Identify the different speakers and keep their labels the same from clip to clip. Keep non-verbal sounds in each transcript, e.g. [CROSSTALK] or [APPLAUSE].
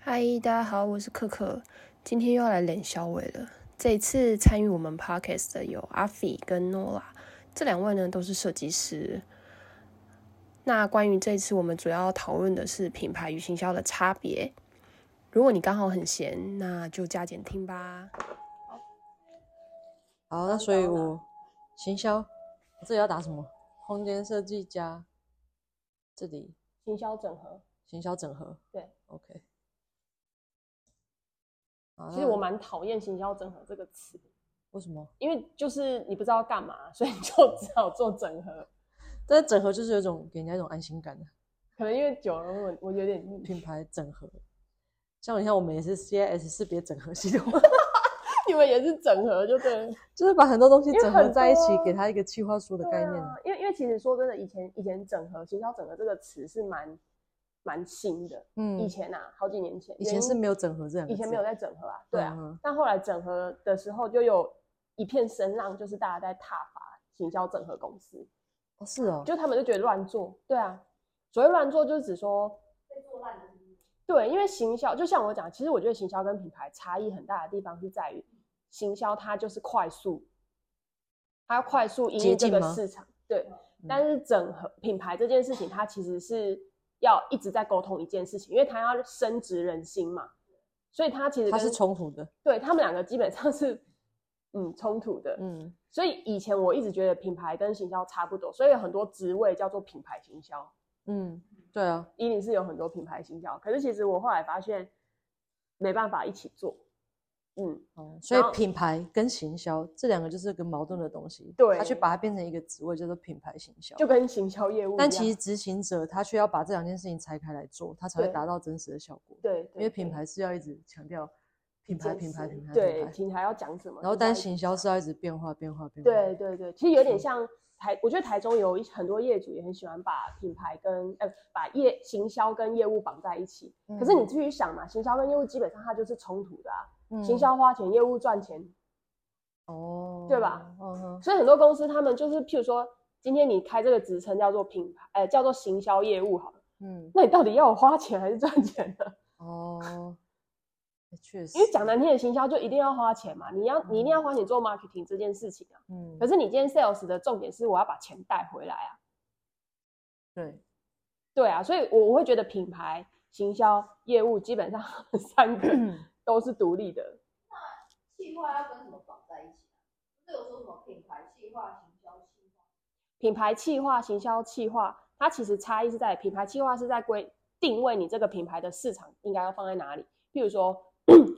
Speaker 1: 嗨，大家好，我是可可，今天又要来冷小伟了。这一次参与我们 podcast 的有阿菲跟诺拉，这两位呢都是设计师。那关于这一次我们主要讨论的是品牌与行销的差别。如果你刚好很闲，那就加减听吧。
Speaker 2: 好，那所以我行销，我这里要打什么？空间设计加这里
Speaker 1: 行销整合，
Speaker 2: 行销整合。
Speaker 1: 对
Speaker 2: ，OK。好
Speaker 1: 其实
Speaker 2: 那
Speaker 1: 我蛮讨厌“行销整合”这个词，
Speaker 2: 为什么？
Speaker 1: 因为就是你不知道干嘛，所以你就只好做整合。
Speaker 2: 但是整合就是有一种给人家一种安心感的
Speaker 1: 可能因为久了，我我有点腻。 [LAUGHS]
Speaker 2: 品牌整合。像你看，我们也是 CIS 识别整合系统，
Speaker 1: 你们也是整合就对了。
Speaker 2: [LAUGHS] 就是把很多东西
Speaker 1: 因为
Speaker 2: 整合
Speaker 1: 很
Speaker 2: 在一起
Speaker 1: 多，
Speaker 2: 给它一个企划书的
Speaker 1: 对
Speaker 2: 概念。
Speaker 1: 啊、因为因为其实说真的，以前以前整合行销整合这个词是蛮蛮新的。以
Speaker 2: 嗯，
Speaker 1: 前啊，好几年前，
Speaker 2: 以前
Speaker 1: 原因
Speaker 2: 是没有整合这两个
Speaker 1: 以
Speaker 2: 字，
Speaker 1: 前没有在整合啊，对啊。
Speaker 2: 嗯嗯
Speaker 1: 但后来整合的时候，就有一片声浪，就是大家在挞伐行销整合公司，
Speaker 2: 哦是哦，
Speaker 1: 就他们就觉得乱做。对啊，所谓乱做，就是指说。对，因为行销就像我讲，其实我觉得行销跟品牌差异很大的地方是在于，行销它就是快速，它要快速因
Speaker 2: 捷
Speaker 1: 应这
Speaker 2: 径
Speaker 1: 个
Speaker 2: 吗
Speaker 1: 市场，对。但是整合品牌这件事情，它其实是要一直在沟通一件事情，因为它要深植人心嘛，所以它其实
Speaker 2: 它是
Speaker 1: 跟
Speaker 2: 冲突的。
Speaker 1: 对他们两个基本上是嗯冲突的，
Speaker 2: 嗯，
Speaker 1: 所以以前我一直觉得品牌跟行销差不多，所以有很多职位叫做品牌行销，
Speaker 2: 嗯，对啊，
Speaker 1: 伊林是有很多品牌行销，可是其实我后来发现没办法一起做。嗯，
Speaker 2: 哦，所以
Speaker 1: 然后
Speaker 2: 品牌跟行销这两个就是个矛盾的东西，
Speaker 1: 对
Speaker 2: 他去把它变成一个职位叫做品牌行销，
Speaker 1: 就跟行销业务一样，
Speaker 2: 但其实执行者他却要把这两件事情拆开来做，他才会
Speaker 1: 对
Speaker 2: 达到真实的效果。
Speaker 1: 对，对
Speaker 2: 因为品
Speaker 1: 对
Speaker 2: 牌是要一直强调品牌、
Speaker 1: 坚
Speaker 2: 品
Speaker 1: 持
Speaker 2: 牌、品牌、
Speaker 1: 对
Speaker 2: 品牌，
Speaker 1: 品牌要讲什么，
Speaker 2: 然
Speaker 1: 就
Speaker 2: 后
Speaker 1: 是
Speaker 2: 但
Speaker 1: 要
Speaker 2: 是
Speaker 1: 一
Speaker 2: 行
Speaker 1: 直
Speaker 2: 销
Speaker 1: 讲
Speaker 2: 是要一直变化、变化、变化。
Speaker 1: 对对对，其实有点像台，我觉得台中有一很多业主也很喜欢把品牌跟呃把业行销跟业务绑在一起。可是你自己想嘛，行销跟业务基本上它就是冲突的啊，
Speaker 2: 嗯
Speaker 1: 行销花钱，业务赚钱，
Speaker 2: 哦，
Speaker 1: 对吧？
Speaker 2: 嗯哼，
Speaker 1: 所以很多公司他们就是譬如说，今天你开这个职称叫做品牌，呃叫做行销业务好了，
Speaker 2: 嗯，
Speaker 1: 那你到底要我花钱还是赚钱呢？
Speaker 2: 哦，欸确实，
Speaker 1: 因为讲难听点，行销就一定要花钱嘛，你要你一定要花钱做 marketing 这件事情啊。
Speaker 2: 嗯
Speaker 1: 可，是你今天 sales 的重点是我要把钱带回来啊。
Speaker 2: 对，
Speaker 1: 对啊，所以我我会觉得品牌、行销、业务基本上 [LAUGHS] 三个都是独立的。
Speaker 3: 计划要跟什么绑在一起啊？不是有说什么品牌计划、行销计划？
Speaker 1: 品牌企划、行销企划，它其实差异是在品牌企划是在规定位你这个品牌的市场应该要放在哪里。譬如说，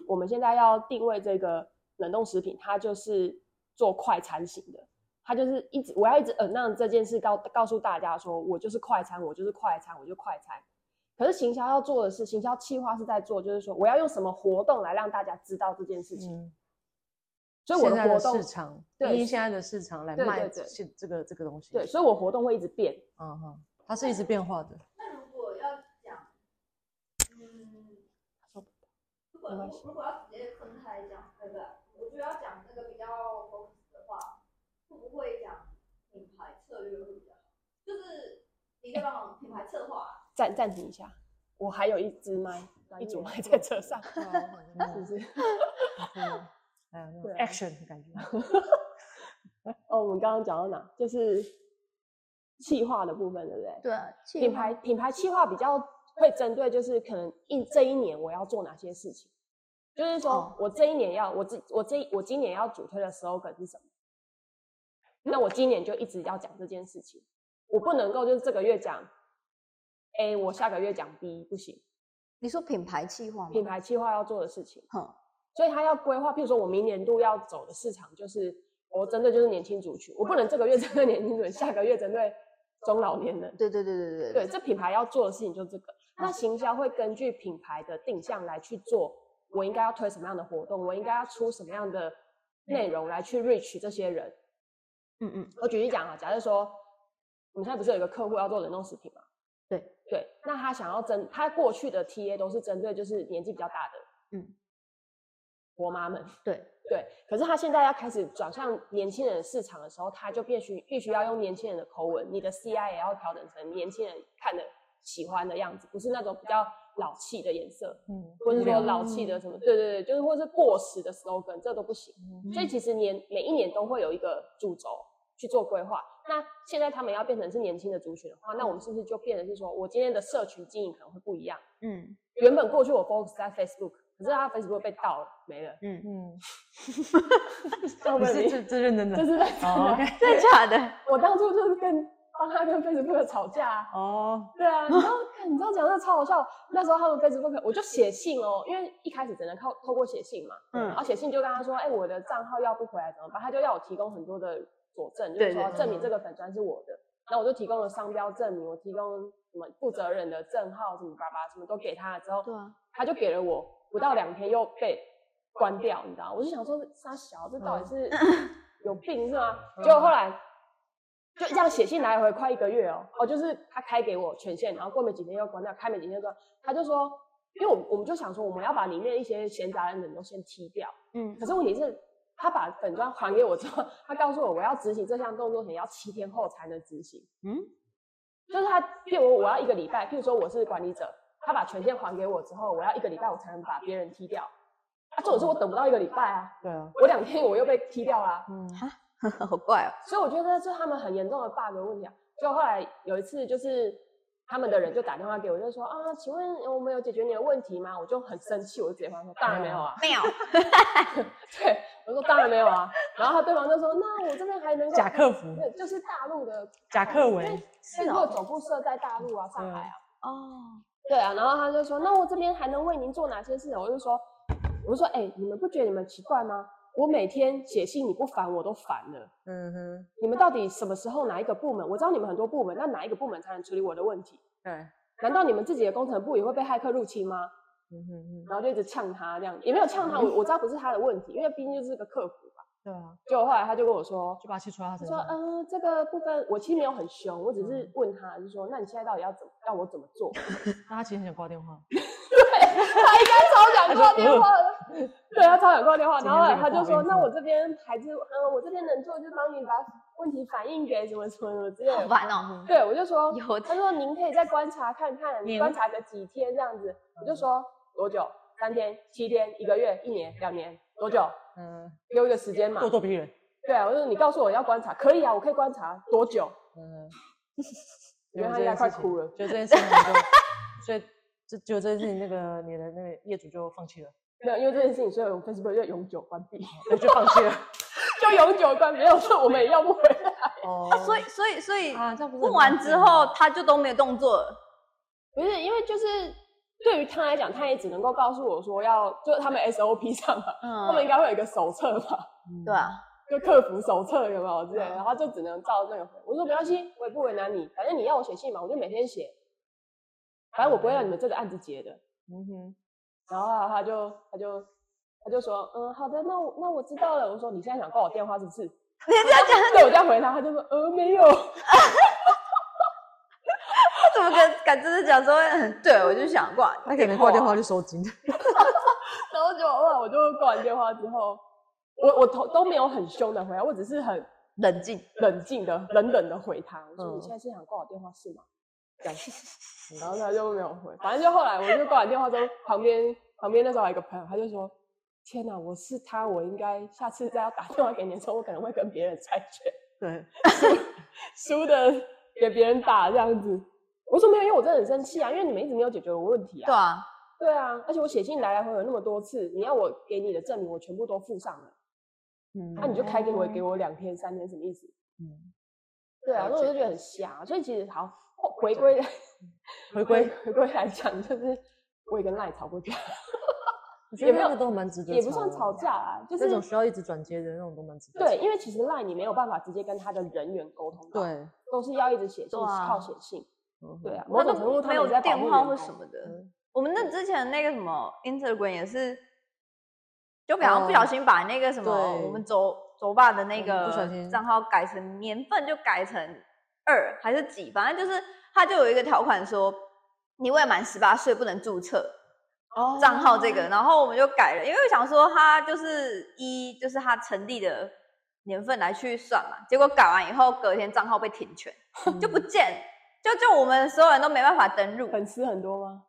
Speaker 1: 我们现在要定位这个冷冻食品，它就是做快餐型的，它就是一直我要一直呃让这件事告告诉大家说，我就是快餐，我就是快餐，我就是快餐。可是行销要做的是，行销企划是在做，就是说我要用什么活动来让大家知道这件事情。
Speaker 2: 嗯，
Speaker 1: 所以我的
Speaker 2: 现在
Speaker 1: 活
Speaker 2: 的
Speaker 1: 动
Speaker 2: 市场，
Speaker 1: 对
Speaker 2: 因现在的市场来
Speaker 1: 对对对
Speaker 2: 卖这这个这个东西，
Speaker 1: 对，所以我活动会一直变。
Speaker 2: 嗯哼，它是一直变化 [LAUGHS] 的。
Speaker 3: 那如果要讲，嗯，如果
Speaker 1: 没
Speaker 3: 如
Speaker 1: 关系
Speaker 3: 果如果要直接分开讲，那个我觉得要讲那个比较 focus 的话，会不会讲品牌策略会比较好？就是你在帮我们品牌策划，啊
Speaker 1: 暂暂停一下，我还有一支麦，一组麦在车上， [LAUGHS]
Speaker 2: 哦嗯
Speaker 1: 是不是？
Speaker 2: 还有那
Speaker 1: 对
Speaker 2: 种
Speaker 1: 啊
Speaker 2: action 的感觉，
Speaker 1: 哦，我们刚刚讲到哪？就是企划的部分，对不对？
Speaker 3: 对，
Speaker 1: 品牌品牌企划比较会针对，就是可能一这一年我要做哪些事情，就是说
Speaker 3: 哦
Speaker 1: 我这一年要我这我这我今年要主推的 slogan 是什么？那我今年就一直要讲这件事情，我不能够就是这个月讲 A，我下个月讲 B，不行。
Speaker 3: 你说品牌计划
Speaker 1: 品牌企划要做的事情。
Speaker 3: 哼
Speaker 1: 所以他要规划，譬如说我明年度要走的市场就是我针对就是年轻族群，我不能这个月针 [LAUGHS] 对年轻人，下个月针对中老年人。
Speaker 3: 对对对对啊
Speaker 1: 对，这品牌要做的事情就这个。那行销会根据品牌的定向来去做，我应该要推什么样的活动，我应该要出什么样的内容来去 reach 这些人。
Speaker 3: 嗯嗯，
Speaker 1: 我举例讲啊，假设说我们现在不是有一个客户要做冷冻食品嘛？
Speaker 3: 对
Speaker 1: 对，那他想要针，他过去的 TA 都是针对就是年纪比较大的，
Speaker 3: 嗯，
Speaker 1: 婆妈们，
Speaker 3: 对
Speaker 1: 对。可是他现在要开始转向年轻人的市场的时候，他就必须必须要用年轻人的口吻，你的 CI 也要调整成年轻人看的喜欢的样子，不是那种比较老气的颜色，
Speaker 2: [LAUGHS] 嗯，
Speaker 1: 或者说
Speaker 2: 无聊
Speaker 1: 老气的什么，对对对，就是或是过时的 slogan，这都不行。
Speaker 2: 嗯
Speaker 1: 所以其实年每一年都会有一个主轴去做规划。那现在他们要变成是年轻的族群的话，那我们是不是就变成是说我今天的社群经营可能会不一样？
Speaker 4: 嗯
Speaker 1: 原本过去我 focus 在 Facebook，可是他 Facebook 被盗了，没了。
Speaker 4: 嗯，
Speaker 2: 嗯，
Speaker 1: 我
Speaker 2: [LAUGHS] 你
Speaker 1: 们
Speaker 2: 是这这认真的
Speaker 1: 这是在真
Speaker 2: 哦
Speaker 1: 的，
Speaker 2: ，OK
Speaker 4: 真的假的？
Speaker 1: 我当初就是跟帮他跟 Facebook 吵架、啊。
Speaker 2: 哦，
Speaker 1: 对啊，
Speaker 4: [LAUGHS]
Speaker 1: 你知道，看你知道讲的超好笑。那时候他们 Facebook，我就写信哦，因为一开始只能靠透过写信嘛，
Speaker 4: 嗯
Speaker 1: 然后写信就跟他说，哎、我的账号要不回来怎么办？他就要我提供很多的佐证，就
Speaker 4: 对
Speaker 1: 是说
Speaker 4: 对嗯对
Speaker 1: 证明这个粉砖是我的。那我就提供了商标证明，我提供什么负责人的证号，什么叭叭，什么都给他了之后，
Speaker 4: 对啊，
Speaker 1: 他就给了我，不到两天又被关掉，你知道吗？我就想说，傻小子，这到底
Speaker 4: [LAUGHS]
Speaker 1: 是有
Speaker 4: 嗯
Speaker 1: 病是吗？结果后来就这样写信来回快一个月
Speaker 4: 嗯
Speaker 1: 哦，哦，就是他开给我权限，然后过没几天又关掉，开没几天又关，他就说，因为我我们就想说，我们要把里面一些闲杂人等都先踢掉，
Speaker 4: 嗯，
Speaker 1: 可是问题是。他把粉砖还给我之后，他告诉我我要执行这项动作前要七天后才能执行。
Speaker 4: 嗯，
Speaker 1: 就是他，譬如我要一个礼拜，譬如说我是管理者，他把权限还给我之后，我要一个礼拜我才能把别人踢掉。啊，这种事我等不到一个礼拜啊，
Speaker 2: 对啊，
Speaker 1: 我两天我又被踢掉啦、
Speaker 2: 嗯，
Speaker 4: [LAUGHS] 好怪哦。
Speaker 1: 所以我觉得这是他们很严重的 bug 问题啊。就后来有一次，就是他们的人就打电话给我，就说啊，请问我们有解决你的问题吗？我就很生气，我就直接跟他说当然没有啊， [LAUGHS]
Speaker 4: 没有，
Speaker 1: 对我说当然没有啊。然后他对方就说那我这边还能够
Speaker 2: 贾客服，
Speaker 1: 对就是大陆的
Speaker 2: 贾克
Speaker 1: 因为
Speaker 2: 文，哦
Speaker 1: 因为如果总部设在大陆啊、上海啊。
Speaker 4: [LAUGHS] 哦，
Speaker 1: 对啊，然后他就说：“那我这边还能为您做哪些事？”我就说：“我就说，哎、你们不觉得你们奇怪吗？我每天写信你不烦我都烦了，
Speaker 2: 嗯哼，
Speaker 1: 你们到底什么时候哪一个部门？我知道你们很多部门，那哪一个部门才能处理我的问题？
Speaker 2: 对，
Speaker 1: 难道你们自己的工程部也会被骇客入侵吗？”
Speaker 2: 嗯哼哼，
Speaker 1: 然后就一直呛他，这样也没有呛他，我我知道不是他的问题，因为毕竟就是个客服吧。
Speaker 2: 对啊，
Speaker 1: 结果后来他就跟我说。
Speaker 2: 就把气出到他
Speaker 1: 他
Speaker 2: 身
Speaker 1: 说：“
Speaker 2: 上，
Speaker 1: 嗯、这个部分我其实没有很凶，我只是问他，就说，那你现在到底要怎么，要我怎么做？ [LAUGHS]
Speaker 2: 那他其实很想挂电话，
Speaker 1: 超想挂
Speaker 2: 他就
Speaker 1: 电话的，对他超想挂电话，
Speaker 2: 今
Speaker 1: 然
Speaker 2: 天
Speaker 1: 后后来
Speaker 2: 这个
Speaker 1: 他就
Speaker 2: 不
Speaker 1: 说
Speaker 2: 好意：“思
Speaker 1: 那我这边还是，嗯，我这边能做就帮你把问题反映给什么什么什么之类 [LAUGHS]
Speaker 4: 好
Speaker 1: 的。
Speaker 4: 烦哦。”
Speaker 1: 对，我就说
Speaker 4: [LAUGHS] 有，
Speaker 1: 他说您可以再观察看看，
Speaker 2: 你
Speaker 1: 观察个几天这样子。我就说多久？三天、七天、一个月、一年、两年，多久？
Speaker 2: 嗯，
Speaker 1: 给我一个时间嘛
Speaker 2: 咄。咄逼人，
Speaker 1: 对啊，我就说你告诉我要观察，可以啊，我可以观察多久？
Speaker 2: 嗯，
Speaker 1: 我觉得他应该快哭了。
Speaker 2: 就这件事情 [LAUGHS] 就，所以就就这件事情，那个你的那个业主就放弃了，
Speaker 1: 没有，因为这件事情，所以我 Facebook 就永久关闭， [LAUGHS]
Speaker 2: 我就放弃了，
Speaker 1: 就永久关闭，没有说我们也要不回来。
Speaker 2: [LAUGHS] 哦
Speaker 4: 啊，所以所以所以
Speaker 2: 啊，这样不是
Speaker 4: 问
Speaker 2: 很
Speaker 4: 完
Speaker 2: 浪费
Speaker 4: 之
Speaker 2: 吗
Speaker 4: 后，他就都没有动作了。
Speaker 1: [LAUGHS] 不是因为就是对于他来讲，他也只能够告诉我说要，就是他们 SOP 上嘛，他们应
Speaker 4: 嗯，
Speaker 1: 该会有一个手册吧，
Speaker 4: 对啊，
Speaker 1: 就客服手册有没有之类的，
Speaker 4: 嗯
Speaker 1: 然后就只能照那个回。我说没关系，我也不为难你，反正你要我写信嘛，我就每天写，反正我不会让你们这个案子结的。
Speaker 2: 嗯哼，
Speaker 1: 然后啊他就他就他就说，嗯，好的，那我那我知道了。我说你现在想挂我电话是不是？
Speaker 4: [LAUGHS] 你这样讲
Speaker 1: 对，我这样回他，他就说，呃，没
Speaker 4: [LAUGHS]
Speaker 1: 有。
Speaker 4: 怎么敢敢真的讲说？ [LAUGHS] 嗯对，我就想挂。
Speaker 2: 他可能挂电话就收金，
Speaker 1: 然后就后来我就挂完电话之后，我我头都没有很凶的回来，我只是很。
Speaker 4: 冷静，
Speaker 1: 冷静的、冷冷的回他，我说
Speaker 2: 嗯
Speaker 1: 你现在是想挂我电话是吗？这样，
Speaker 2: [LAUGHS]
Speaker 1: 然后他就没有回。反正就后来我就挂完电话之后，旁边旁边那时候还有一个朋友，他就说：“天哪，我是他，我应该下次再要打电话给你的时候，我可能会跟别人猜拳，
Speaker 2: 对，
Speaker 1: 输的给别人打这样子。”我说没有，因为我真的很生气啊，因为你们一直没有解决我问题啊。
Speaker 4: 对啊，
Speaker 1: 对啊，而且我写信来来回回那么多次，你要我给你的证明，我全部都附上了，
Speaker 2: 嗯，
Speaker 1: 那、你就开给我给我两天三天，什么意思？
Speaker 2: 嗯
Speaker 1: 对啊，
Speaker 2: 了
Speaker 1: 所以我
Speaker 2: 解
Speaker 1: 就觉得很瞎。所以其实好后回归
Speaker 2: 回
Speaker 1: 回
Speaker 2: 归，
Speaker 1: 回归来讲，就是我也跟赖吵过架，
Speaker 2: 我觉得
Speaker 1: 没有
Speaker 2: 那个都蛮值得，
Speaker 1: 也不算吵架，啦，就
Speaker 2: 那种
Speaker 1: 是
Speaker 2: 需要一直转接的那种都蛮值得吵，
Speaker 1: 对，因为其实赖你没有办法直接跟他的人员沟通，，
Speaker 2: 对，
Speaker 1: 都是要一直写信，
Speaker 4: 对啊
Speaker 1: 靠写信，
Speaker 2: 嗯
Speaker 1: 对啊，某
Speaker 4: 他
Speaker 1: 种程度
Speaker 4: 都
Speaker 1: 他
Speaker 4: 没
Speaker 1: 们
Speaker 4: 有
Speaker 1: 也在保
Speaker 4: 电
Speaker 1: 护
Speaker 4: 话
Speaker 1: 员
Speaker 4: 或
Speaker 1: 工
Speaker 4: 什么的
Speaker 2: 嗯。
Speaker 4: 我们那之前那个什么 Instagram 也是，就比方
Speaker 2: 哦
Speaker 4: 不小心把那个什么
Speaker 2: 对
Speaker 4: 我们走走吧的那
Speaker 2: 嗯
Speaker 4: 个
Speaker 2: 不小心
Speaker 4: 账号改成年份就改成二还是几，反正就是它就有一个条款说，你未满十八岁不能注册
Speaker 1: 哦
Speaker 4: 账号这个，然后我们就改了，因为想说它就是一就是它成立的年份来去算嘛，结果改完以后隔天账号被停权。
Speaker 2: 嗯
Speaker 4: 就不见，就就我们所有人都没办法登录。
Speaker 1: 粉丝很多吗？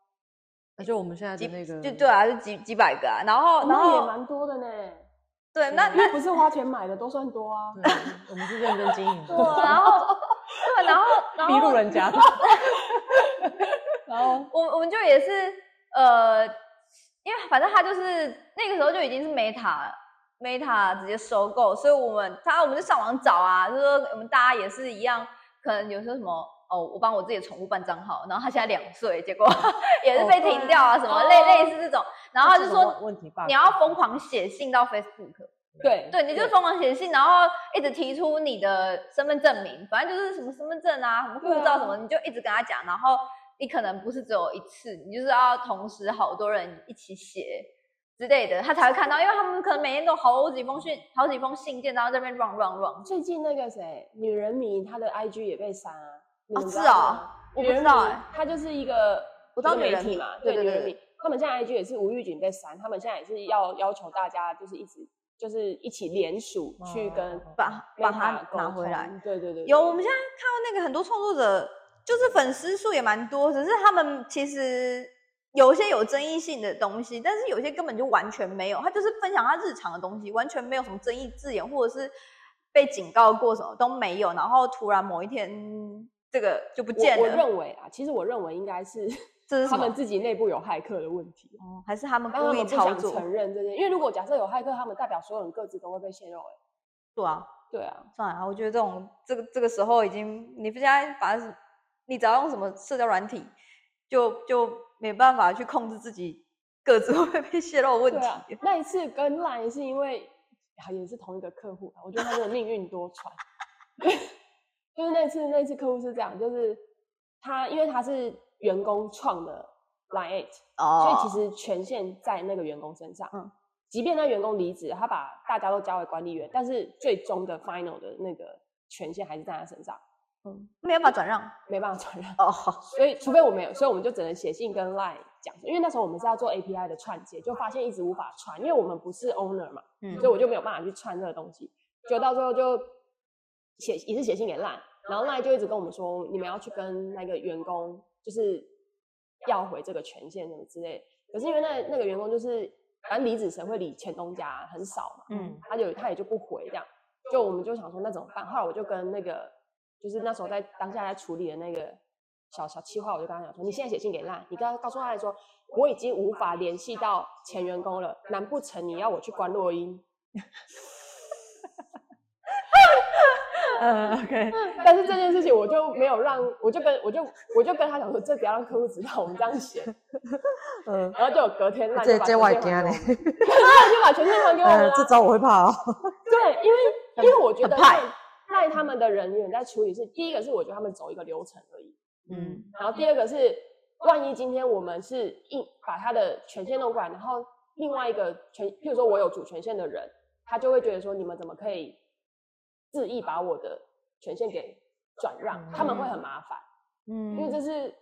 Speaker 2: 那嗯就我们现在
Speaker 4: 几
Speaker 2: 的那个，
Speaker 4: 就对啊，就几几百个啊。然后然
Speaker 1: 哦那也
Speaker 4: 后
Speaker 1: 蛮多的呢。[LAUGHS]
Speaker 4: 对，那
Speaker 1: 因为不是花钱买的都算多啊。
Speaker 2: 对，我们是认真经营的，
Speaker 4: 啊然后对，啊然后然
Speaker 2: 迷
Speaker 4: 后
Speaker 2: 路人家的，
Speaker 1: [LAUGHS] 然后
Speaker 4: 我我们就也是呃，因为反正他就是那个时候就已经是 Meta Meta 直接收购，所以我们他我们就上网找啊，就说我们大家也是一样，可能有时候什么。哦，我帮我自己的宠物办账号，然后它现在两岁，结果也是被停掉啊，什么类、类似这种，然后他就
Speaker 2: 这
Speaker 4: 说
Speaker 2: 种问题吧，
Speaker 4: 你要疯狂写信到 Facebook，
Speaker 1: 对
Speaker 4: 对，你就疯狂写信，然后一直提出你的身份证明，反正就是什么身份证啊、什么护
Speaker 1: 对啊
Speaker 4: 照什么，你就一直跟他讲。然后你可能不是只有一次，你就是要同时好多人一起写之类的，他才会看到，因为他们可能每天都好几封信、好几封信件，然后在那边 run run run。
Speaker 1: 最近那个谁，女人迷她的 IG 也被删啊。你们
Speaker 4: 哦
Speaker 1: 知道
Speaker 4: 是哦
Speaker 1: 吗
Speaker 4: 我
Speaker 1: 女
Speaker 4: 不
Speaker 1: 人
Speaker 4: 知道
Speaker 1: 迷
Speaker 4: 哎
Speaker 1: 她就是一个
Speaker 4: 我知道
Speaker 1: 一个
Speaker 4: 女
Speaker 1: 媒
Speaker 4: 人
Speaker 1: 体
Speaker 4: 迷
Speaker 1: 嘛，
Speaker 4: 对
Speaker 1: 对
Speaker 4: 对
Speaker 1: 女人
Speaker 4: 对
Speaker 1: 迷，他们现在 IG 也是吴玉景被删，他们现在也是要要求大家就是一直就是一起联署去跟
Speaker 4: 把把它
Speaker 1: Meta 沟
Speaker 4: 拿回来
Speaker 1: 通，对对对，
Speaker 4: 有，
Speaker 1: 对
Speaker 4: 我们现在看到那个很多创作者，就是粉丝数也蛮多，只是他们其实有一些有争议性的东西，但是有些根本就完全没有，他就是分享他日常的东西，完全没有什么争议字眼，或者是被警告过什么都没有，然后突然某一天这个就不见
Speaker 1: 我我
Speaker 4: 了，
Speaker 1: 认为啊，其实我认为应该是
Speaker 4: 这是什
Speaker 1: 他们
Speaker 4: 么？
Speaker 1: 自己内部有骇客的问题，
Speaker 4: 哦还是他们
Speaker 1: 但他
Speaker 4: 故
Speaker 1: 们
Speaker 4: 意
Speaker 1: 不
Speaker 4: 操
Speaker 1: 想
Speaker 4: 作？
Speaker 1: 承认这件，因为如果假设有骇客，他们代表所有人各自都会被泄露、欸，
Speaker 4: 对啊，
Speaker 1: 对啊，
Speaker 4: 算了，我觉得这种这个这个时候已经，你不现在把它你只要用什么社交软体，就就没办法去控制自己各自会被泄露的问
Speaker 1: 对啊
Speaker 4: 题。， [LAUGHS]
Speaker 1: 那一次跟 Line 是因为啊也是同一个客户啊，我觉得他真的命运多舛。 [LAUGHS] 对，就是那次那次客户是这样，就是他因为他是员工创的 Line Eight，所以其
Speaker 4: 哦
Speaker 1: 实权限在那个员工身上。
Speaker 4: 嗯
Speaker 1: 即便那员工离职，他把大家都交给管理员，但是最终的 final 的那个权限还是在他身上，
Speaker 4: 嗯没有办法转让
Speaker 1: 没办法传染。
Speaker 4: 哦，
Speaker 1: 所以除非我们有，所以我们就只能写信跟 Line 讲，因为那时候我们是要做 API 的串接，就发现一直无法串，因为我们不是 owner 嘛，
Speaker 4: 嗯
Speaker 1: 所以我就没有办法去串这个东西。就到最后就写也是写信给 Line，然后 Line 就一直跟我们说，你们要去跟那个员工就是要回这个权限什么之类的。可是因为那那个员工就是反正离职谁会理前东家啊很少嘛，
Speaker 4: 嗯
Speaker 1: 他就他也就不回这样，就我们就想说那怎么办？后来我就跟那个就是那时候在当下在处理的那个小小企划，我就跟他讲说，你现在写信给赖，你跟他告诉赖说我已经无法联系到前员工了，难不成你要我去关录音？
Speaker 2: 嗯，OK，
Speaker 1: 但是这件事情我就没有让，我就跟我就我就跟他讲说，这不要让客户知道我们这样
Speaker 4: [LAUGHS]
Speaker 1: 写，
Speaker 2: 嗯，
Speaker 1: 然后就有隔天赖就
Speaker 2: 这
Speaker 1: 把
Speaker 2: 这
Speaker 1: 权
Speaker 2: 我
Speaker 1: 限
Speaker 2: 也惊
Speaker 1: 还给我
Speaker 2: 嘞
Speaker 1: 们，， [LAUGHS] 赖就把权限还给我们
Speaker 2: 呃
Speaker 1: 了，
Speaker 2: 这招我会怕哦，
Speaker 1: 对，因为因为我觉
Speaker 4: 嗯很
Speaker 1: 得
Speaker 4: 派
Speaker 1: 赖赖他们的人员在处理是第一个是我觉得他们走一个流程而已，
Speaker 4: 嗯，
Speaker 1: 然后第二个是，万一今天我们是一把他的权限弄过来，然后另外一个权，譬如说我有主权限的人，他就会觉得说你们怎么可以恣意把我的权限给转让，他们会很麻烦，因为
Speaker 4: 嗯
Speaker 1: 这是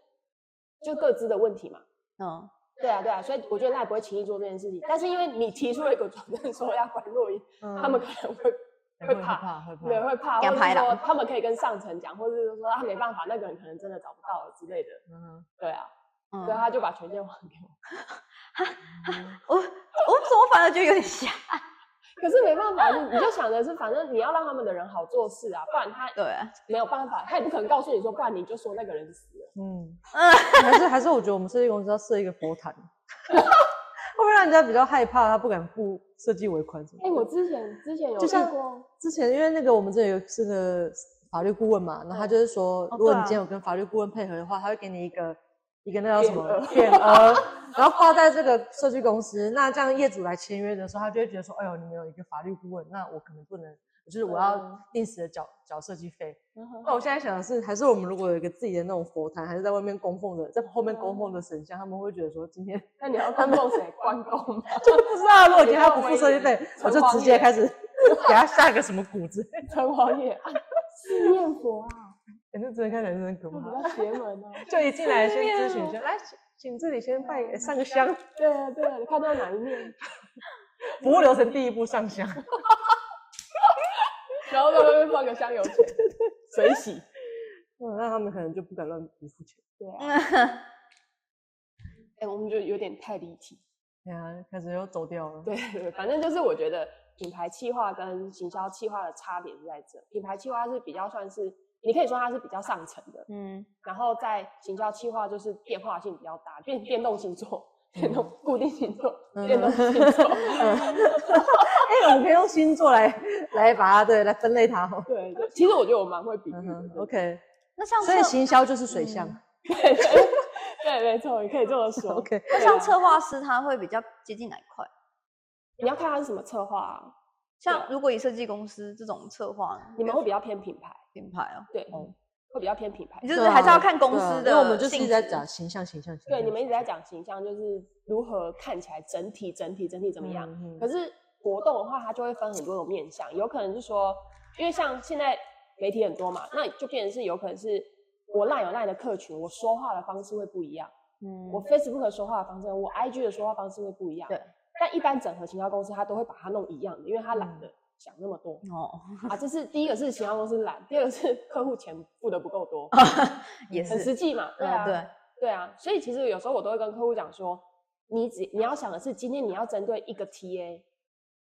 Speaker 1: 就各自的问题嘛。
Speaker 4: 嗯，
Speaker 1: 对啊，对啊，所以我觉得赖不会轻易做这件事情，但是因为你提出了一个转正说要管录音，他们可能 [LAUGHS] 会嗯会怕，
Speaker 2: 怕，嗯会
Speaker 1: 对，啊
Speaker 2: 怕，
Speaker 1: 会怕，
Speaker 4: 给
Speaker 1: 或者
Speaker 4: 他拍
Speaker 1: 是说
Speaker 4: 了
Speaker 1: 他们可以跟上层讲，或者是说他没办法，那个人可能真的找不到了之类的。
Speaker 2: 嗯
Speaker 1: 对啊，
Speaker 4: 嗯
Speaker 1: 所以他就把权限还给我。
Speaker 4: 我我我哦反而觉得有点瞎。
Speaker 1: 可是没办法，你你就想的是，反正你要让他们的人好做事啊，不然他
Speaker 4: 对啊，
Speaker 1: 没有办法，他也不可能告诉你说，不然你就说那个人死了。
Speaker 2: 嗯，
Speaker 4: 嗯
Speaker 2: 还是还是我觉得我们设计公司要设一个佛坛， [LAUGHS] 会不会让人家比较害怕，他不敢付设计尾款什么
Speaker 1: 哎、？我之前之前有
Speaker 2: 就像
Speaker 1: 遇过，
Speaker 2: 之前因为那个我们这里有是个法律顾问嘛，然后
Speaker 1: 嗯
Speaker 2: 他就是
Speaker 1: 哦
Speaker 2: 说，如果
Speaker 4: 对
Speaker 2: 你
Speaker 4: 啊
Speaker 2: 今天有跟法律顾问配合的话，他会给你一个一个那叫什么
Speaker 1: 匾额 [LAUGHS]
Speaker 2: 匾额，然后挂在这个设计公司。那这样业主来签约的时候，他就会觉得说，哎呦，你们有一个法律顾问，那我可能不能，就是我要
Speaker 1: 嗯
Speaker 2: 定时的缴缴设计费。
Speaker 1: 嗯
Speaker 2: 那我现在想的是，还是我们如果有一个自己的那种佛坛，还是在外面供奉的，在后面供奉的神像，他们会觉得说，今天 [LAUGHS]
Speaker 1: 那你要供奉谁？ [LAUGHS] 关公吗？
Speaker 2: 就不知道，如果今天他不付设计
Speaker 1: 嗯
Speaker 2: 费，我就直接开始 [LAUGHS] 给他下个什么骨子。
Speaker 1: [LAUGHS] 城隍爷啊，是念佛啊，
Speaker 2: 反正真的看起来真的很可
Speaker 1: 就
Speaker 2: 怕
Speaker 1: 比。较邪门啊。
Speaker 2: 就一进来先咨询一下，来，请请这里先拜呃哦上个香，
Speaker 1: [LAUGHS] 对啊，对啊，你看到哪一面？
Speaker 2: 服务流程第一步上香，
Speaker 1: 然后在外面放个香油 [LAUGHS] 钱，水
Speaker 2: [LAUGHS]
Speaker 1: 洗。
Speaker 2: 嗯，那他们可能就不敢乱不付钱。
Speaker 1: 对啊，
Speaker 4: 嗯
Speaker 1: [LAUGHS] 哎、我们就有点太离题。
Speaker 2: 对啊，开始又走掉了。
Speaker 1: 对，对反正就是我觉得品牌企划跟行销企划的差别是在这，品牌企划是比较算是，你可以说它是比较上层的，
Speaker 4: 嗯，
Speaker 1: 然后在行销企划就是变化性比较大，变变动星座，变动固定星座，
Speaker 2: 嗯
Speaker 1: 变动星座，
Speaker 2: 哎、我们可以用星座来来把它对来分类它哦。
Speaker 1: [LAUGHS] 对，对其实我觉得我蛮会比喻
Speaker 2: 嗯
Speaker 1: 的
Speaker 2: 哼。，OK，
Speaker 4: 那像
Speaker 2: 所以
Speaker 4: 策
Speaker 2: 行销就是水象。
Speaker 1: 对对对对，没错，你可以这么说。
Speaker 2: OK，
Speaker 4: 那
Speaker 1: 对
Speaker 4: 像
Speaker 1: 啊
Speaker 4: 策划师他会比较接近哪一块？
Speaker 1: 你要看它是什么策划、啊，
Speaker 4: 像如果以设计公司这种策划
Speaker 1: 你们会比较偏品牌，
Speaker 4: 品牌哦，
Speaker 1: 对，
Speaker 2: 哦
Speaker 1: 会比较偏品牌
Speaker 4: 你。就
Speaker 2: 对
Speaker 4: 是还是
Speaker 2: 啊
Speaker 4: 要看公
Speaker 2: 对啊
Speaker 4: 司
Speaker 2: 因为
Speaker 4: 的。
Speaker 2: 我们就是一直在讲。形象、形象、形
Speaker 1: 对，
Speaker 2: 象
Speaker 1: 你们一直在讲形象，就是如何看起来整体、整体、整体怎么样。？
Speaker 2: 嗯
Speaker 1: 可是活动的话，它就会分很多种面向，有可能是说，因为像现在媒体很多嘛，那就变成是有可能是我赖有赖的客群，我说话的方式会不一样，
Speaker 4: 嗯
Speaker 1: 我 Facebook 的说话的方式，我 IG 的说话方式会不一样。
Speaker 4: 对。
Speaker 1: 但一般整合行销公司，它都会把它弄一样的，因为它
Speaker 2: 嗯
Speaker 1: 懒得想那么多、
Speaker 4: 哦，
Speaker 1: [LAUGHS] 啊。这是第一个是行销公司懒，第二个是客户钱付的不够多，
Speaker 4: 也
Speaker 1: 很实
Speaker 4: 哦是，
Speaker 1: 际嘛。对
Speaker 4: 嗯
Speaker 1: 啊，
Speaker 4: 对，
Speaker 1: 对啊，所以其实有时候我都会跟客户讲说，你只你要想的是，今天你要针对一个 TA，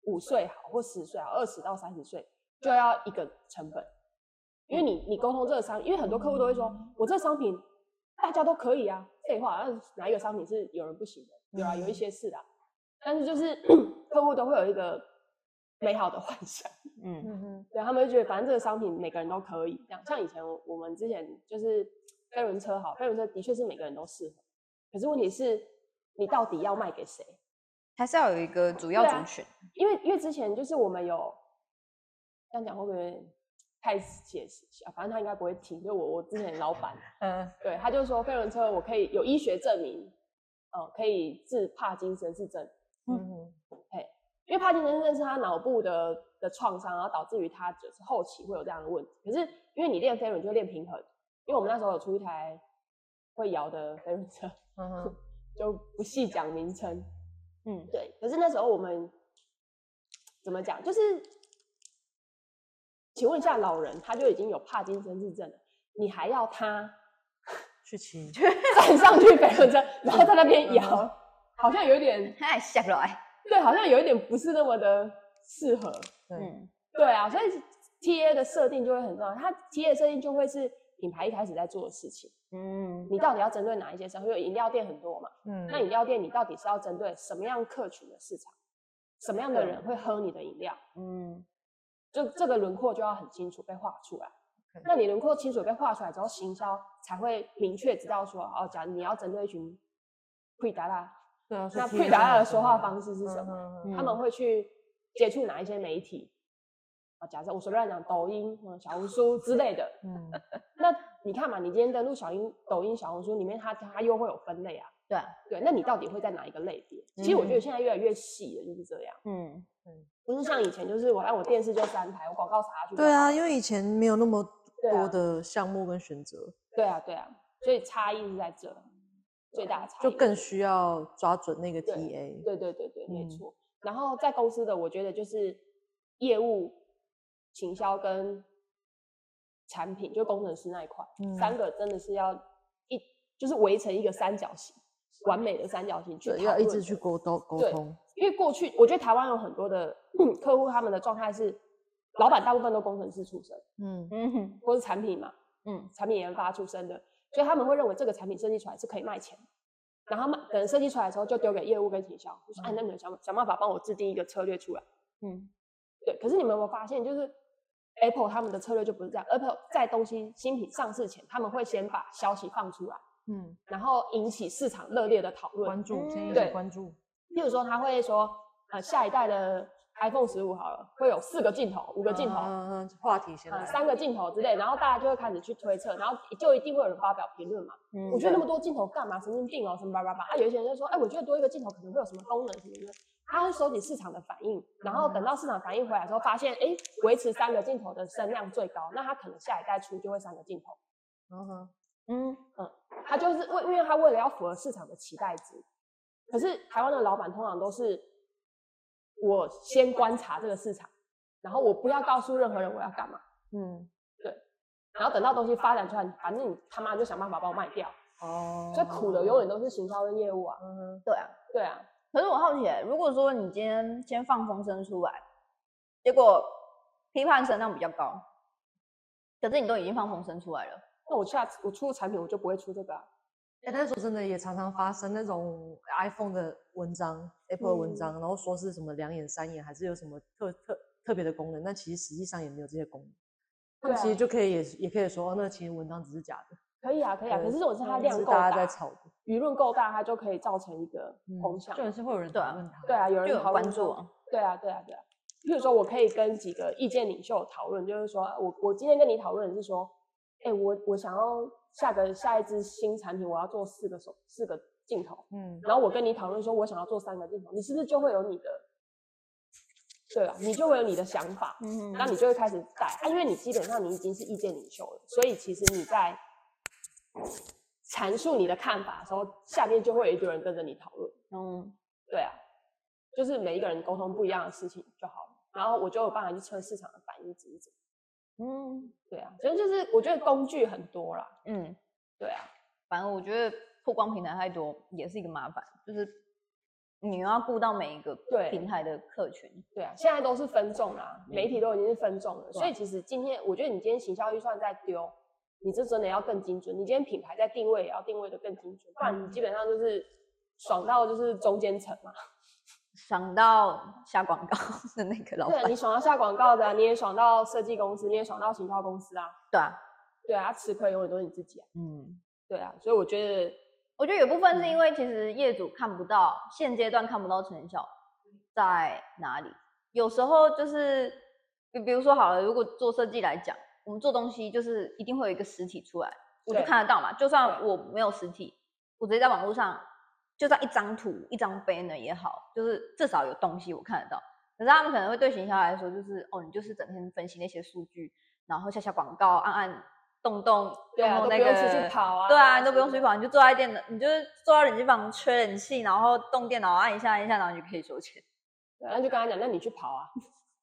Speaker 1: 五岁好或十岁好，二十到三十岁就要一个成本，因为你
Speaker 4: 嗯
Speaker 1: 你沟通这个商，因为很多客户都会说，我这商品大家都可以啊，废话，那哪一个商品是有人不行的？有啊，
Speaker 4: 嗯
Speaker 1: 有一些是啊，但是就是 [CLEARS THROAT] 客户都会有一个美好的幻想。
Speaker 4: 嗯，
Speaker 2: 嗯哼，
Speaker 1: 对，他们就觉得反正这个商品每个人都可以。这样像以前我我们之前就是飞轮车好，飞轮车的确是每个人都适合，可是问题是你到底要卖给谁？
Speaker 4: 还是要有一个主要
Speaker 1: 对啊 [LAUGHS]
Speaker 4: 族群。
Speaker 1: 因为因为之前就是我们有这样讲会不会有点太解释啊？反正他应该不会听，就我我之前老板
Speaker 2: 呃，
Speaker 1: 对他就说飞轮车我可以有医学证明，呃，可以治帕金森氏症。
Speaker 2: 嗯哼，
Speaker 1: 因为帕金森症是他脑部的的创伤，然后导致于他就是后期会有这样的问题。可是因为你练飞轮就会练平衡，因为我们那时候有出一台会摇的飞轮车，
Speaker 2: 嗯哼，
Speaker 1: 就不细讲名称。
Speaker 4: 嗯，
Speaker 1: 对，可是那时候我们怎么讲？就是，请问一下，老人他就已经有帕金森氏症了，你还要他 [LAUGHS]
Speaker 2: 去骑，
Speaker 1: 站上去飞轮车，然后在那边摇，好像有点
Speaker 4: 太下不来。
Speaker 1: 对，好像有一点不是那么的适合。
Speaker 2: 对，
Speaker 4: 嗯，
Speaker 1: 对啊，所以 TA 的设定就会很重要，它 TA 的设定就会是品牌一开始在做的事情，
Speaker 4: 嗯，
Speaker 1: 你到底要针对哪一些商品？因为饮料店很多嘛，
Speaker 2: 嗯
Speaker 1: 那饮料店你到底是要针对什么样客群的市场，什么样的人会喝你的饮料？
Speaker 4: 嗯，
Speaker 1: 就这个轮廓就要很清楚被画出来
Speaker 2: OK。
Speaker 1: 那你轮廓清楚被画出来之后，行销才会明确知道说，哦，假如你要针对一群配达啦，
Speaker 2: 对啊，
Speaker 1: 那
Speaker 2: 去
Speaker 1: 配
Speaker 2: 骑
Speaker 1: 达
Speaker 2: 啊
Speaker 1: 啦的说话方式是什么？
Speaker 2: 么？
Speaker 4: 嗯
Speaker 1: 他们会去接触哪一些媒体啊？假设我随便讲抖音、嗯小红书之类的，
Speaker 2: 嗯，
Speaker 1: 那你看嘛，你今天登录小音、抖音、小红书里面它，它又会有分类啊。
Speaker 4: 对，
Speaker 1: 对，那你到底会在哪一个类别？其实我觉得
Speaker 4: 嗯
Speaker 1: 现在越来越细了，就是这样，
Speaker 4: 嗯，
Speaker 1: 不是像以前就是我按我电视就三台，我广告插下去就好。
Speaker 2: 对啊，因为以前没有那么
Speaker 1: 对啊
Speaker 2: 多的项目跟选择，
Speaker 1: 对啊，对啊，所以差异是在这，最大的差异
Speaker 2: 就更需要抓准那个
Speaker 1: 对
Speaker 2: TA。
Speaker 1: 对对对对，没
Speaker 2: 嗯
Speaker 1: 错。然后在公司的，我觉得就是业务、行销跟产品，就工程师那一块，三
Speaker 2: 嗯
Speaker 1: 个真的是要一就是围成一个三角形，完美的三角形去
Speaker 2: 对，
Speaker 1: 讨
Speaker 2: 要一
Speaker 1: 论
Speaker 2: 直
Speaker 1: 的
Speaker 2: 去沟通沟
Speaker 1: 对
Speaker 2: 通，
Speaker 1: 因为过去我觉得台湾有很多的 [CLEARS THROAT] 客户，他们的状态是，老板大部分都工程师出身，
Speaker 2: 嗯
Speaker 4: 嗯，
Speaker 1: 或是产品嘛，
Speaker 4: 嗯，
Speaker 1: 产品研发出身的，所以他们会认为这个产品设计出来是可以卖钱的。然后卖等设计出来的时候，就丢给业务跟行销，就说：“哎，
Speaker 2: 嗯
Speaker 1: 那你们想想办法帮我制定一个策略出来。”
Speaker 4: 嗯，
Speaker 1: 对。可是你们有没有发现，就是 Apple 他们的策略就不是这样。Apple 在东西新品上市前，他们会先把消息放出来，
Speaker 2: 嗯，
Speaker 1: 然后引起市场热烈的讨论
Speaker 2: 关。注，先
Speaker 4: 嗯
Speaker 2: 一
Speaker 1: 对
Speaker 2: 直关注，
Speaker 1: 例如说，他会说：“呃，下一代的 iPhone 十五好了，会有四个镜头、五个镜头，
Speaker 2: 嗯嗯，嗯话题先
Speaker 1: 呃，
Speaker 2: 来，
Speaker 1: 三个镜头之类。”然后大家就会开始去推测，然后就一定会有人发表评论嘛。
Speaker 4: 嗯
Speaker 1: 我觉得那么多镜头干嘛？神经病哦，什么叭叭叭。啊，有一些人就说，哎，我觉得多一个镜头可能会有什么功能什么的。他会收集市场的反应，然后等到市场反应回来之后，发现，哎，维持三个镜头的声量最高，那他可能下一代出就会三个镜头。
Speaker 2: 嗯哼，
Speaker 4: 嗯，
Speaker 1: 他就是为，因为他为了要符合市场的期待值。可是台湾的老板通常都是，我先观察这个市场，然后我不要告诉任何人我要干嘛，
Speaker 2: 嗯
Speaker 1: 然后等到东西发展出来，反正你他妈就想办法把我卖掉。
Speaker 2: 哦
Speaker 1: 所以苦的永远都是行销跟业务啊。
Speaker 2: 嗯哼
Speaker 4: 对啊，
Speaker 1: 对啊，
Speaker 4: 可是我好奇欸，如果说你今天先放风声出来，结果批判声浪比较高，可是你都已经放风声出来了，
Speaker 1: 那我下次我出的产品我就不会出这个、啊。
Speaker 2: 哎、但是说真的，也常常发生那种 iPhone 的文章、Apple 的文
Speaker 1: 嗯
Speaker 2: 章，然后说是什么两眼、三眼，还是有什么特特特别的功能，但其实实际上也没有这些功能。他们
Speaker 1: 对啊
Speaker 2: 其实就可以也也可以说，哦，那其实文章只是假的。
Speaker 1: 可以啊，可以啊，
Speaker 2: 对
Speaker 1: 可是这种是它
Speaker 2: 只
Speaker 1: 量
Speaker 2: 是
Speaker 1: 够大，
Speaker 2: 大家在炒的，嗯
Speaker 1: 舆论够大，它就可以造成一个风向。
Speaker 2: 就还是会有人
Speaker 4: 对啊
Speaker 2: 讨论它。
Speaker 1: 对啊，有
Speaker 4: 就
Speaker 1: 人
Speaker 4: 有
Speaker 1: 讨论
Speaker 4: 关注
Speaker 1: 说
Speaker 4: 啊。
Speaker 1: 对啊，对啊，对啊。譬如说，我可以跟几个意见领袖讨论，就是说我我今天跟你讨论的是说，哎、我我想要下个下一支新产品，我要做四个手四个镜头，
Speaker 2: 嗯，
Speaker 1: 然后我跟你讨论说我想要做三个镜头，你是不是就会有你的，对啊，你就会有你的想法，
Speaker 4: 嗯
Speaker 1: 那你就会开始带啊，因为你基本上你已经是意见领袖了，所以其实你在阐述你的看法的时候，下面就会有一堆人跟着你讨论。
Speaker 4: 嗯，
Speaker 1: 对啊，就是每一个人沟通不一样的事情就好了。然后我就有办法去测市场的反应值是怎么
Speaker 4: 嗯
Speaker 1: 对啊，所以就是我觉得工具很多啦。
Speaker 4: 嗯，
Speaker 1: 对啊，
Speaker 4: 反正我觉得曝光平台太多也是一个麻烦，就是你又要顾到每一个
Speaker 1: 对
Speaker 4: 平台的客群，
Speaker 1: 对啊，现在都是分众啦，
Speaker 4: 嗯
Speaker 1: 媒体都已经是分众了。
Speaker 2: 对啊
Speaker 1: 所以其实今天我觉得你今天行销预算在丢，你这真的要更精准。你今天品牌在定位也要定位的更精准，不然你基本上就是爽到就是中间层嘛。
Speaker 4: 想到下广告的那个老
Speaker 1: 对啊，
Speaker 4: 板，
Speaker 1: 你爽到下广告的啊、你也爽到设计公司，你也爽到行销公司啊。
Speaker 4: 对啊，
Speaker 1: 对啊，吃亏永远都是你自己啊。
Speaker 4: 嗯。
Speaker 1: 对啊，所以我觉得
Speaker 4: 我觉得有部分是
Speaker 1: 嗯
Speaker 4: 因为其实业主看不到现阶段看不到成效
Speaker 1: 嗯
Speaker 4: 在哪里，有时候就是比比如说好了，如果做设计来讲，我们做东西就是一定会有一个实体出来，我就
Speaker 1: 对
Speaker 4: 看得到嘛。就算
Speaker 1: 对
Speaker 4: 我没有实体，我直接在网络上，就算一张图、一张 banner 也好，就是至少有东西我看得到。可是他们可能会对行销来说，就是哦，你就是整天分析那些数据，然后下下广告，按按动动，
Speaker 1: 对啊，都不
Speaker 4: 动动那
Speaker 1: 用
Speaker 4: 个
Speaker 1: 出去跑啊。
Speaker 4: 对啊，你都不用
Speaker 1: 什
Speaker 4: 吹
Speaker 1: 么的
Speaker 4: 跑，你就坐在电脑，你就是坐在冷气房吹冷气，然后动电脑按一下按一下，然后你就可以收钱。
Speaker 1: 对然后就跟他讲，那你去跑啊。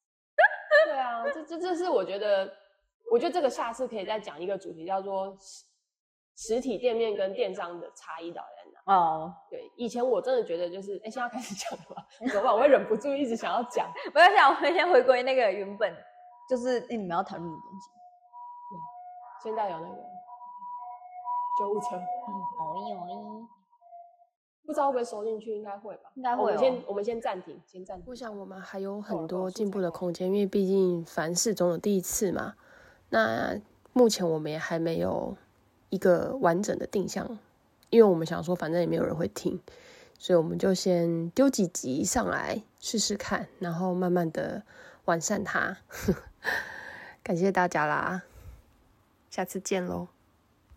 Speaker 1: [LAUGHS] 对啊，这这这是我觉得，我觉得这个下次可以再讲一个主题，叫做实实体店面跟电商的差异到底在哪。
Speaker 4: 哦，
Speaker 1: 对，以前我真的觉得就是，哎，现在要开始讲了吗？怎么办？我会忍不住一直想要讲。
Speaker 4: 没关系，啊，我们先回归那个原本就是、诶你们要讨论的东西。
Speaker 1: 现在有那个救护车，
Speaker 4: 哦咦哦咦，
Speaker 1: 不知道会不会收进去，应该会吧。
Speaker 4: 应该
Speaker 1: 我
Speaker 4: 会、
Speaker 1: 们先
Speaker 4: 哦。
Speaker 1: 我们先暂停，先暂停。
Speaker 5: 我想我们还有很多进步的空间，因为毕竟凡事总有第一次嘛。那目前我们也还没有一个完整的定向，因为我们想说反正也没有人会听，所以我们就先丢几集上来试试看，然后慢慢的 [LAUGHS] 完善它。感谢大家啦，下次见喽。